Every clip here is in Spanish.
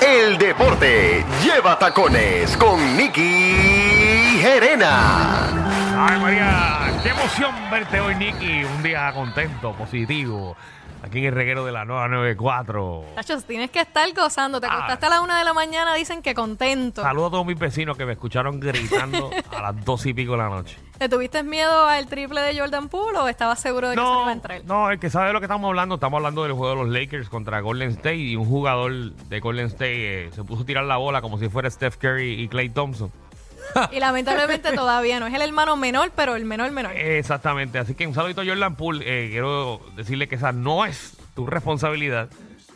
del deporte. Lleva tacones con Nicky Gerena. Ay, María, qué emoción verte hoy, Nicky. Un día contento, positivo. Aquí en el reguero de la nueva 94. Tachos, tienes que estar gozando. Ah. Te acostaste a las una de la mañana, dicen que contento. Saludos a todos mis vecinos que me escucharon gritando a las dos y pico de la noche. ¿Te tuviste miedo al triple de Jordan Poole o estabas seguro de que se iba a entrar? no, el que sabe de lo que estamos hablando, estamos hablando del juego de los Lakers contra Golden State y un jugador de Golden State eh, se puso a tirar la bola como si fuera Steph Curry y Clay Thompson. Y lamentablemente todavía no. Es el hermano menor, pero el menor menor. Eh. Exactamente. Así que un saludito a Jordan Poole. Eh, quiero decirle que esa no es tu responsabilidad.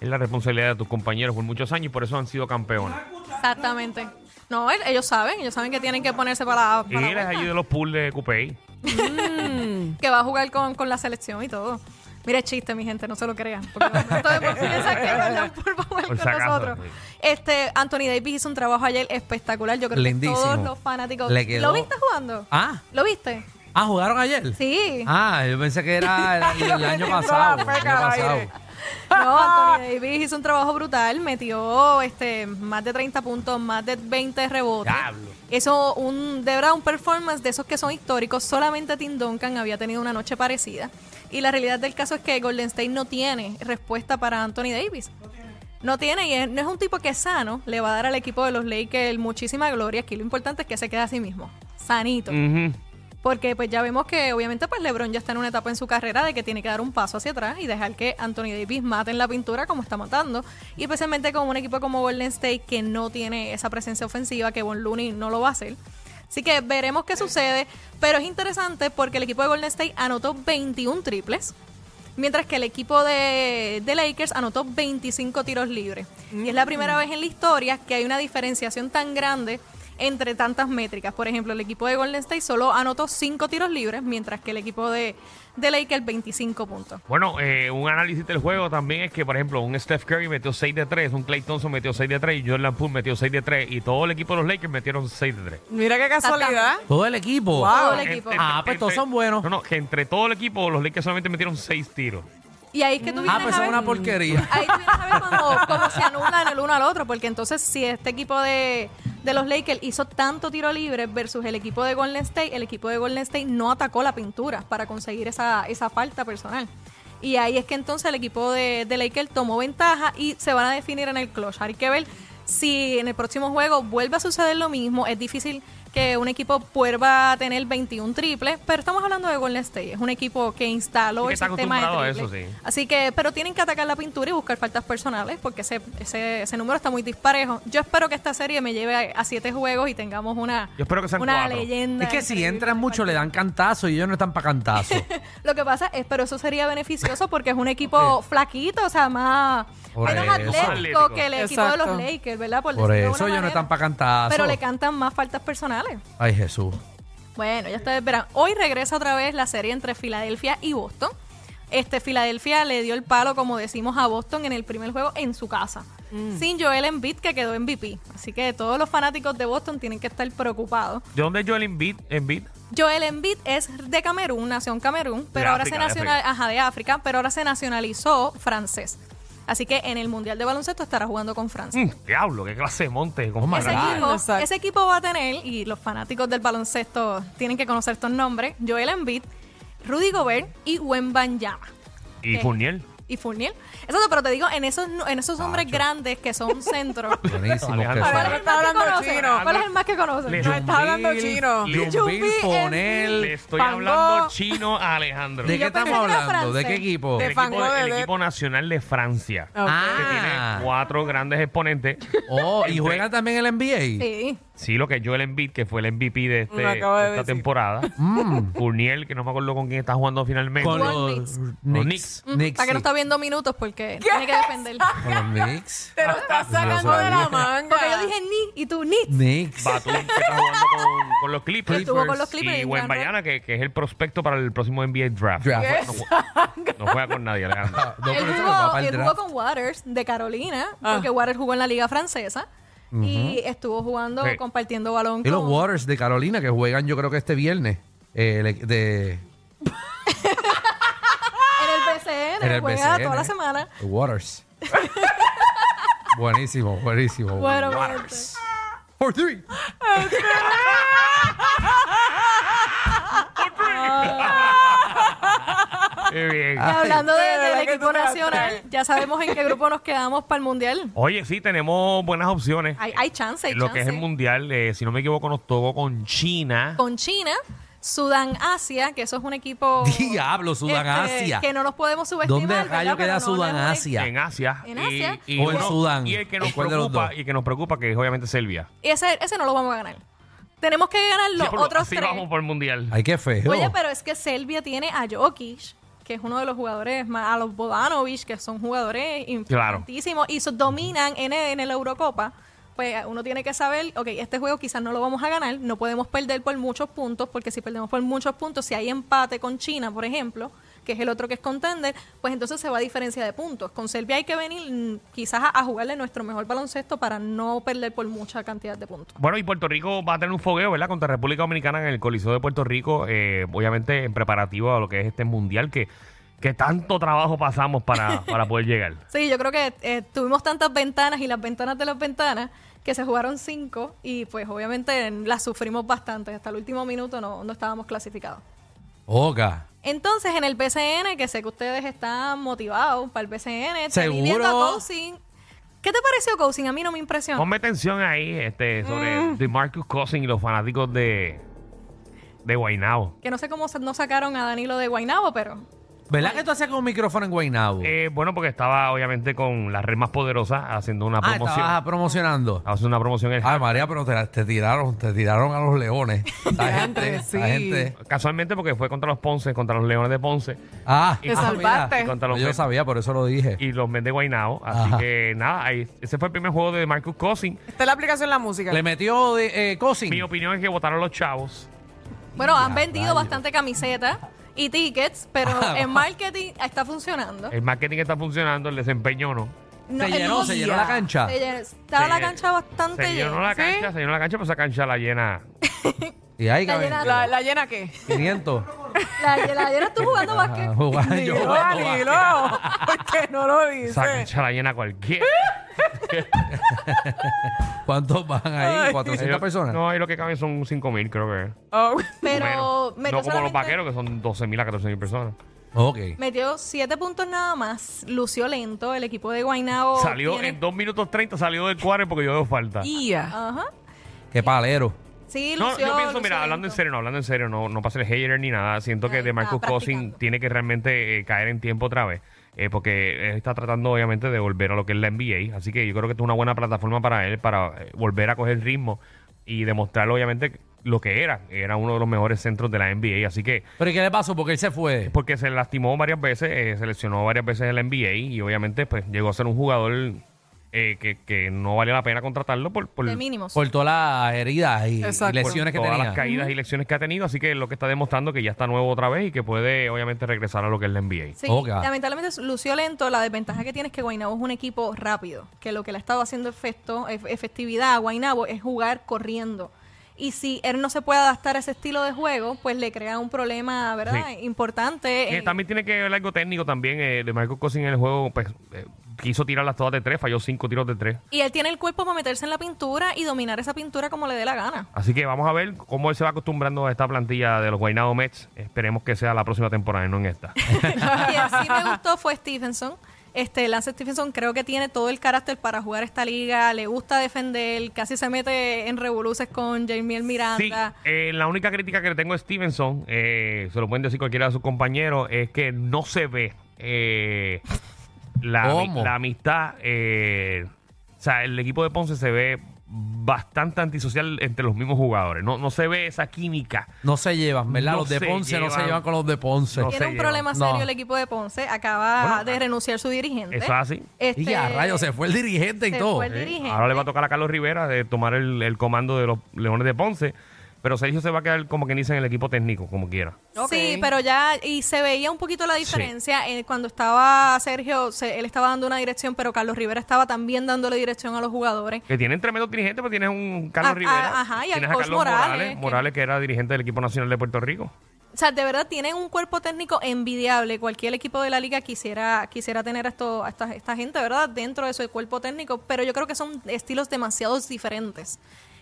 Es la responsabilidad de tus compañeros por muchos años y por eso han sido campeones. Exactamente. No, él- ellos saben, ellos saben que tienen que ponerse para, Y para la les vuelta, ayuda a los Poole de Coupey. que va a jugar con, con la selección y todo. Mira, es chiste, mi gente, no se lo crean. Porque de momento de por sí piensan que Jordan Poole va a jugar Por con si acaso, nosotros. sí. Este, Anthony Davis hizo un trabajo ayer espectacular. Yo creo Lindísimo. que todos los fanáticos. Le quedó- ¿Lo viste jugando? Ah. ¿Lo viste? Ah, ¿jugaron ayer? Sí. Ah, yo pensé que era el, el Yo año pensé que pasado. estaba El feca año al pasado. aire. No, Anthony Davis hizo un trabajo brutal, metió este más de 30 puntos, más de 20 rebotes. Diablo. Eso un de verdad un performance de esos que son históricos, solamente Tim Duncan había tenido una noche parecida. Y la realidad del caso es que Golden State no tiene respuesta para Anthony Davis. No tiene y es- no es un tipo que es sano, le va a dar al equipo de los Lakers muchísima gloria. Aquí lo importante es que se quede a sí mismo, sanito. Porque pues ya vemos que obviamente pues LeBron ya está en una etapa en su carrera de que tiene que dar un paso hacia atrás y dejar que Anthony Davis mate en la pintura como está matando. Y especialmente con un equipo como Golden State que no tiene esa presencia ofensiva, que Von Looney no lo va a hacer. Así que veremos qué sucede. Pero es interesante porque el equipo de Golden State anotó 21 triples. Mientras que el equipo de, de Lakers anotó 25 tiros libres. Y es la primera vez en la historia que hay una diferenciación tan grande entre tantas métricas. Por ejemplo, el equipo de Golden State solo anotó 5 tiros libres, mientras que el equipo de, de Lakers 25 puntos. Bueno, eh, un análisis del juego también es que, por ejemplo, un Steph Curry metió 6 de 3, un Clay Thompson metió 6 de 3 y Jordan Poole metió 6 de 3 y todo el equipo de los Lakers metieron 6 de 3. Mira qué casualidad. Todo el equipo. Todo el equipo. Ah, pues todos son buenos. No, no, que entre todo el equipo los Lakers solamente metieron 6 tiros. Y ahí es que tú vienes Ah, pues a es ver- una porquería. Ahí tú vienes a ver cómo, cómo se anulan el uno al otro, porque entonces si este equipo de, de los Lakers hizo tanto tiro libre versus el equipo de Golden State, el equipo de Golden State no atacó la pintura para conseguir esa, esa falta personal. Y ahí es que entonces el equipo de, de Lakers tomó ventaja y se van a definir en el clutch. Hay que ver si en el próximo juego vuelve a suceder lo mismo. Es difícil que un equipo vuelva a tener 21 triples, pero estamos hablando de Golden State. Es un equipo que instaló Sí, que el está sistema de acostumbrado a triples. eso, sí. Así que, pero tienen que atacar la pintura y buscar faltas personales porque ese, ese, ese número está muy disparejo. Yo espero que esta serie me lleve a, a siete juegos y tengamos una, Yo espero que sean una cuatro. leyenda. Es que si increíble entran de mucho le dan cantazo y ellos no están para cantazo. partido. Lo que pasa es, pero eso sería beneficioso porque es un equipo flaquito, o sea, más Por menos eso. atlético que el equipo de los Exacto. Lakers, ¿verdad? Por decirlo de eso una ellos no manera. están para cantazo. Pero le cantan más faltas personales. Ay, Jesús. Bueno, ya ustedes verán. Hoy regresa otra vez la serie entre Filadelfia y Boston. Este Filadelfia le dio el palo, como decimos, a Boston en el primer juego en su casa. Mm. Sin Joel Embiid, que quedó MVP. Así que todos los fanáticos de Boston tienen que estar preocupados. ¿De dónde es Joel Embiid? Embiid? Joel Embiid es de Camerún, nació en Camerún, pero ahora África, se de nacional, ajá, de África, pero ahora se nacionalizó francés. Así que en el Mundial de Baloncesto estará jugando con Francia. Mm, diablo, qué clase de monte. ¿Cómo Ese maneja? God. equipo, Exacto. ese equipo va a tener, y los fanáticos del baloncesto tienen que conocer estos nombres, Joel Embiid, Rudy Gobert y Wembanyama Y Furniel. y Fournier. Eso no, pero te digo, en esos, en esos hombres grandes que son centros. Buenísimo. Alejandro. que ¿Cuál es son. el más que hablando conoce? chino. ¿Cuál es el más que conoce? Le- No, estás hablando Yumbil, chino. Yumbil, Yumbil, Ponel. Le estoy Pangó. hablando chino a Alejandro. yo ¿De qué estamos pensé que era hablando? ¿De qué francés. equipo? el De- equipo, Fangó el de- equipo nacional de Francia. Ok. Que Ah. tiene cuatro grandes exponentes. Oh, y juegan también el NBA. Sí. Sí, lo que es Joel Embiid, que fue el MVP de, este- Me acabo de de esta decir. temporada. Mm. Fournier, que no me acuerdo con quién está jugando finalmente. Con Juan los Los Knicks. Ujú, Knicks, Para que no sí. está viendo minutos porque tiene que defender. Con los Knicks. Te lo estás Yo sacando de Ah, sabía. la manga. Porque yo dije ni y tú ni. Knicks. Batum, que está jugando con, con los Clippers. Que estuvo con los Clippers Y en Wayne Bayana, que, que es el prospecto para el próximo NBA Draft. Draft. No juega- No juega con nadie, Alejandro. No, él pero eso no va jugó, para el él jugó draft. con Waters de Carolina, Ah. porque Waters jugó en la liga francesa y estuvo jugando, Sí. compartiendo balón Y los con- Waters de Carolina que juegan yo creo que este viernes. eh, le- de, en el BCN, en el juega BCN, toda la eh. semana. Los Waters. Buenísimo, buenísimo. Bueno, pues, Waters. For three. Muy bien. y hablando de- de verdad del que equipo tú te- nacional, ya sabemos en qué grupo nos quedamos para el mundial. Oye, sí, tenemos buenas opciones. Hay, hay chance, hay lo que es chance. el mundial, eh, si no me equivoco, nos tocó con China. Con China, Sudán Asia, que eso es un equipo. Diablo, Sudán Oh, este, Asia. Que no los podemos subestimar. ¿Dónde ¿verdad? rayo Pero queda no, no Sudán hemos- Asia? En Asia. En Asia. Y, y O en uno- Sudán. Y el que nos ¿Cuál de los preocupa, dos? y que nos preocupa, que es obviamente Serbia. Y ese, ese no lo vamos a ganar. Tenemos que ganar los Diablo, otros así tres. vamos por el mundial. Ay, qué feo. Oye, pero es que Serbia tiene a Jokic, que es uno de los jugadores más, a los Bodanovic, que son jugadores Claro. importantísimos y so- dominan en, el- en el Eurocopa. Pues uno tiene que saber, ok, este juego quizás no lo vamos a ganar, no podemos perder por muchos puntos, porque si perdemos por muchos puntos, si hay empate con China, por ejemplo, que es el otro que es contender, pues entonces se va a diferencia de puntos. Con Serbia hay que venir mm, quizás a, a jugarle nuestro mejor baloncesto para no perder por mucha cantidad de puntos. Bueno, y Puerto Rico va a tener un fogueo, ¿verdad? Contra República Dominicana en el Coliseo de Puerto Rico, eh, obviamente en preparativo a lo que es este mundial que, que tanto trabajo pasamos para, para poder llegar. Sí, yo creo que eh, tuvimos tantas ventanas y las ventanas de las ventanas que se jugaron cinco y pues obviamente en- las sufrimos bastante. Hasta el último minuto no, no estábamos clasificados. Oga. Entonces en el PCN, que sé que ustedes están motivados para el PCN, están Seguro. viendo a Cousin. ¿Qué te pareció Cousin? A mí no me impresionó. Ponme tensión ahí este, sobre de Marcus Cousin y los fanáticos de, de Guaynabo. Que no sé cómo se- no sacaron a Danilo de Guainabo, pero ¿Verdad que tú hacías con un micrófono en Guaynabo? Eh, bueno, porque estaba obviamente con la red más poderosa haciendo una ah, promoción. estabas promocionando. Haciendo una promoción en Ay, María, pero te, la- te tiraron, te tiraron a los leones. La gente, Diantre, sí. la gente. Casualmente porque fue contra los Ponce, contra los Leones de Ponce Ah, Te ah, salvaste. y contra los Yo Mets- sabía, por eso lo dije. y los Mets de Guaynabo. Así Ajá. que nada, ahí- ese fue el primer juego de Marcus Cousin. Esta es la aplicación de la música. Le metió de, eh, Cosin. Mi opinión es que votaron los chavos. bueno, han vendido bastante camisetas y tickets, pero en marketing está funcionando. El marketing está funcionando, el desempeño no. No, Se el llenó, se día- llenó la cancha. se llenó- Estaba Se la llenó- cancha bastante Se llenó llena. la ¿sí? cancha, se llenó la cancha, pero esa cancha la llena. Y ahí Está caben llena- ¿La, la llena qué? 500. La, la ayer estuvo jugando básquet. Ah, jugando, Dilo, jugando dilo. ¿Por qué no lo Esa dice? cancha la llena ¿Eh? cualquiera. básquet. ¿Cuántos van ahí? Ahí ¿400 lo- personas? No, ahí lo que caben son 5 mil, creo que. Oh. Pero Menos. metió, no como los solamente- vaqueros, que son 12 mil a 14 mil personas. Ok. metió siete puntos nada más. Lució lento. El equipo de Guaynabo. salió tiene- en 2 minutos 30, salió del cuadro porque yo veo falta. Ia. Ajá. Qué palero. Sí, No, lució. yo pienso, lució mira, hablando en lento. serio, no, hablando en serio, no, no pasa el hater ni nada. Siento Ahí que de está, Marcus Cousin practicando. tiene que realmente eh, caer en tiempo otra vez. eh, porque él está tratando, obviamente, de volver a lo que es la NBA. Así que yo creo que esto es una buena plataforma para él, para eh, volver a coger ritmo y demostrar, obviamente, lo que era. Era uno de los mejores centros de la NBA. Así que, ¿Pero y qué le pasó? Porque él se fue. porque se lastimó varias veces, eh, se lesionó varias veces en la NBA y, obviamente, pues llegó a ser un jugador eh, que, que no valía la pena contratarlo por, por, De mínimos. Por todas las heridas y, y Exacto. lesiones que todas tenía. las caídas y lecciones que ha tenido, así que lo que está demostrando que ya está nuevo otra vez y que puede obviamente regresar a lo que es la NBA. Sí, Ok. lamentablemente lució lento. La desventaja que tiene es que Guainabo es un equipo rápido, que lo que le ha estado haciendo efecto, ef- efectividad a Guainabo es jugar corriendo. Y si él no se puede adaptar a ese estilo de juego, pues le crea un problema, ¿verdad? Sí. Importante. Eh, en- también tiene que ver algo técnico también eh, de Marco Cosin en el juego, pues eh, quiso tirarlas todas de tres, falló cinco tiros de tres. Y él tiene el cuerpo para meterse en la pintura y dominar esa pintura como le dé la gana. Así que vamos a ver cómo él se va acostumbrando a esta plantilla de los Guaynabo Mets. Esperemos que sea la próxima temporada y no en esta. Quien sí me gustó fue Stevenson. Este, Lance Stevenson creo que tiene todo el carácter para jugar esta liga, le gusta defender, casi se mete en revoluces con Jamie Sí, Miranda. eh, la única crítica que le tengo a Stevenson, eh, se lo pueden decir cualquiera de sus compañeros, es que no se ve eh, la, ¿Cómo? la amistad. eh, o sea, el equipo de Ponce se ve bastante antisocial entre los mismos jugadores. No, no se ve esa química. No se llevan, ¿verdad? No los de se Ponce no se llevan. llevan con los de Ponce. No se Tiene un lleva. problema No. serio el equipo de Ponce, acaba Bueno, ah, de renunciar su dirigente. Eso es así. Este, Y ya, rayos, se fue el dirigente y se todo. fue el dirigente. Ahora le va a tocar a Carlos Rivera de tomar el, el comando de los Leones de Ponce. Pero Sergio se va a quedar como quien dice en el equipo técnico, como quiera. Ok. Sí, pero ya, y se veía un poquito la diferencia eh, cuando estaba Sergio, se- él estaba dando una dirección, pero Carlos Rivera estaba también dándole dirección a los jugadores. Que tienen tremendo dirigente, pero tienes un Carlos A- a- Rivera. Ah, ajá, y al tienes a coach Carlos Morales, Morales, que- Morales, que era dirigente del equipo nacional de Puerto Rico. o sea, de verdad tienen un cuerpo técnico envidiable. Cualquier equipo de la liga quisiera, quisiera tener a, esto, a esta, esta gente, ¿verdad? Dentro de su cuerpo técnico, pero yo creo que son estilos demasiado diferentes.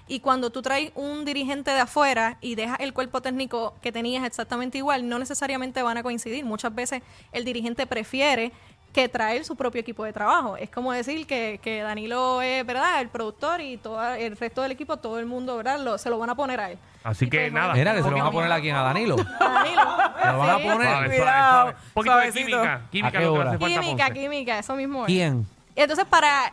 Y cuando tú traes un dirigente de afuera y dejas el cuerpo técnico que tenías exactamente igual, no necesariamente van a coincidir. Muchas veces el dirigente prefiere que traer su propio equipo de trabajo. Es como decir que, que Danilo es, ¿verdad?, el productor y todo el resto del equipo, todo el mundo, ¿verdad?, Lo- se lo van a poner a él. Así Y que pues, nada. Mira, que se lo van a poner a quién, a Danilo. A Danilo. Se lo van a Sí. poner. Suave, suave, Cuidado, suave. Un poquito de suavecito. química. Química ¿A qué lo que le hora? hace falta a Química, Ponce. química, eso mismo. es. ¿Quién? Y entonces para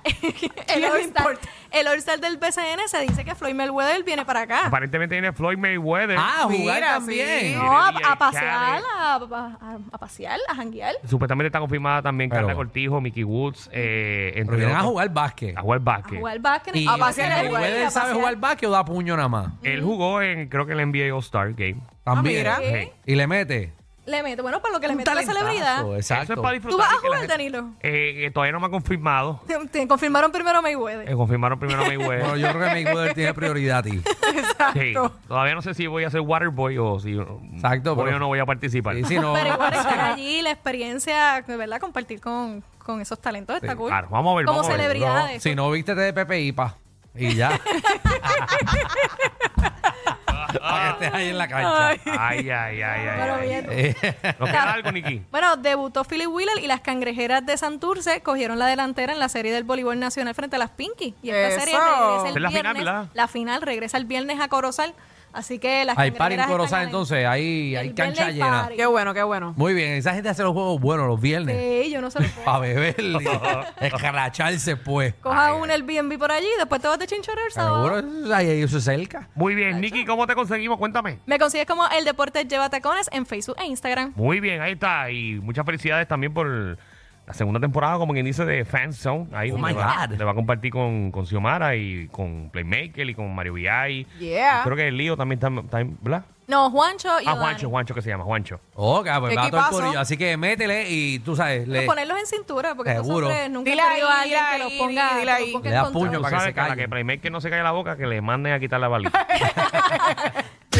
el le All-Star importa? el All-Star del BCN se dice que Floyd Mayweather viene para acá. Aparentemente viene Floyd Mayweather. Ah, a jugar Mira, sí. también. No, a, Mirelia a pasear, Cade. a, a- a pasear, a janguear. Supuestamente está confirmada también Pero- Carla Cortijo, Mickey Woods, eh, entre Pero vienen a otros. jugar básquet. A jugar A básquet. jugar básquet, Y a pasear, pasear. a ¿el jugar, Mayweather a sabe pasear. jugar básquet o da puño nada más. Él jugó en, creo que el NBA All-Star Game. También. mira. Sí. Y le mete. Le mete, bueno, para lo que le Un mete a la talentazo, eh. celebridad. Eso Exacto. es para disfrutar. ¿Tú vas y a que la jugar, Danilo? Eh, eh, todavía no me ha confirmado. Te, te confirmaron primero Mayweather. Eh, confirmaron primero a Bueno, Mayweather. yo creo que Mayweather tiene prioridad a ti. Sí. Exacto. Todavía no sé si voy a ser Waterboy o si Exacto, voy pero- o no voy a participar. Y si no, Pero igual estar allí, la experiencia, de verdad, compartir con, con esos talentos está cool. claro, vamos a ver, Como vamos a ver. celebridades. no, si no vístete de Pepe Ipa. Y ya. para que estés ahí en la cancha. Ay, ay, ay, ay. Pero ay. bien. Eh, ¿Nos queda algo, Nicky? Bueno, debutó Philip Wheeler y las cangrejeras de Santurce cogieron la delantera en la serie del voleibol nacional frente a las Pinky. Y esta Eso. serie regresa Es el la final, viernes. ¿verdad? la final regresa el viernes a Corozal. Así que las Hay par en cangrejeras. Corozal, están entonces. Hay, hay El cancha verde llena. party. Qué bueno, qué bueno. Muy bien. Esa gente hace los juegos buenos los viernes. ahí. Sí, yo no sé lo puedo. Para beber y escarracharse, pues. Coja un Airbnb por allí, después te vas de chinchorro el sábado. Seguro, eso- ahí eso es cerca. Muy bien, Nicky, ¿cómo te conseguimos? Cuéntame. Me consigues como El Deporte Lleva Tacones en Facebook e Instagram. Muy bien, ahí está. Y muchas felicidades también por la segunda temporada, como quien dice, de Fan Zone. Ahí Oh donde my va- God. Le va a compartir con, con Xiomara y con Playmaker y con Mario VI. Yeah. Y Creo que el lío también está, está en- ¿verdad? No, Juancho y Ah, Odani. Juancho, Juancho que se llama, Juancho. Ok, pues ¿Qué va todo el equipazo? corillo. Así que métele y tú sabes, Pero le, Pues Ponerlos en cintura, porque estos Seguro. hombres nunca Dile ha habido ahí, alguien que dile los ahí, ponga, dile que los ahí. ponga Le en da control. puño Tú para que sabes se que a la calle. que Playmaker no se cae la boca, que le manden a quitar la balita. Te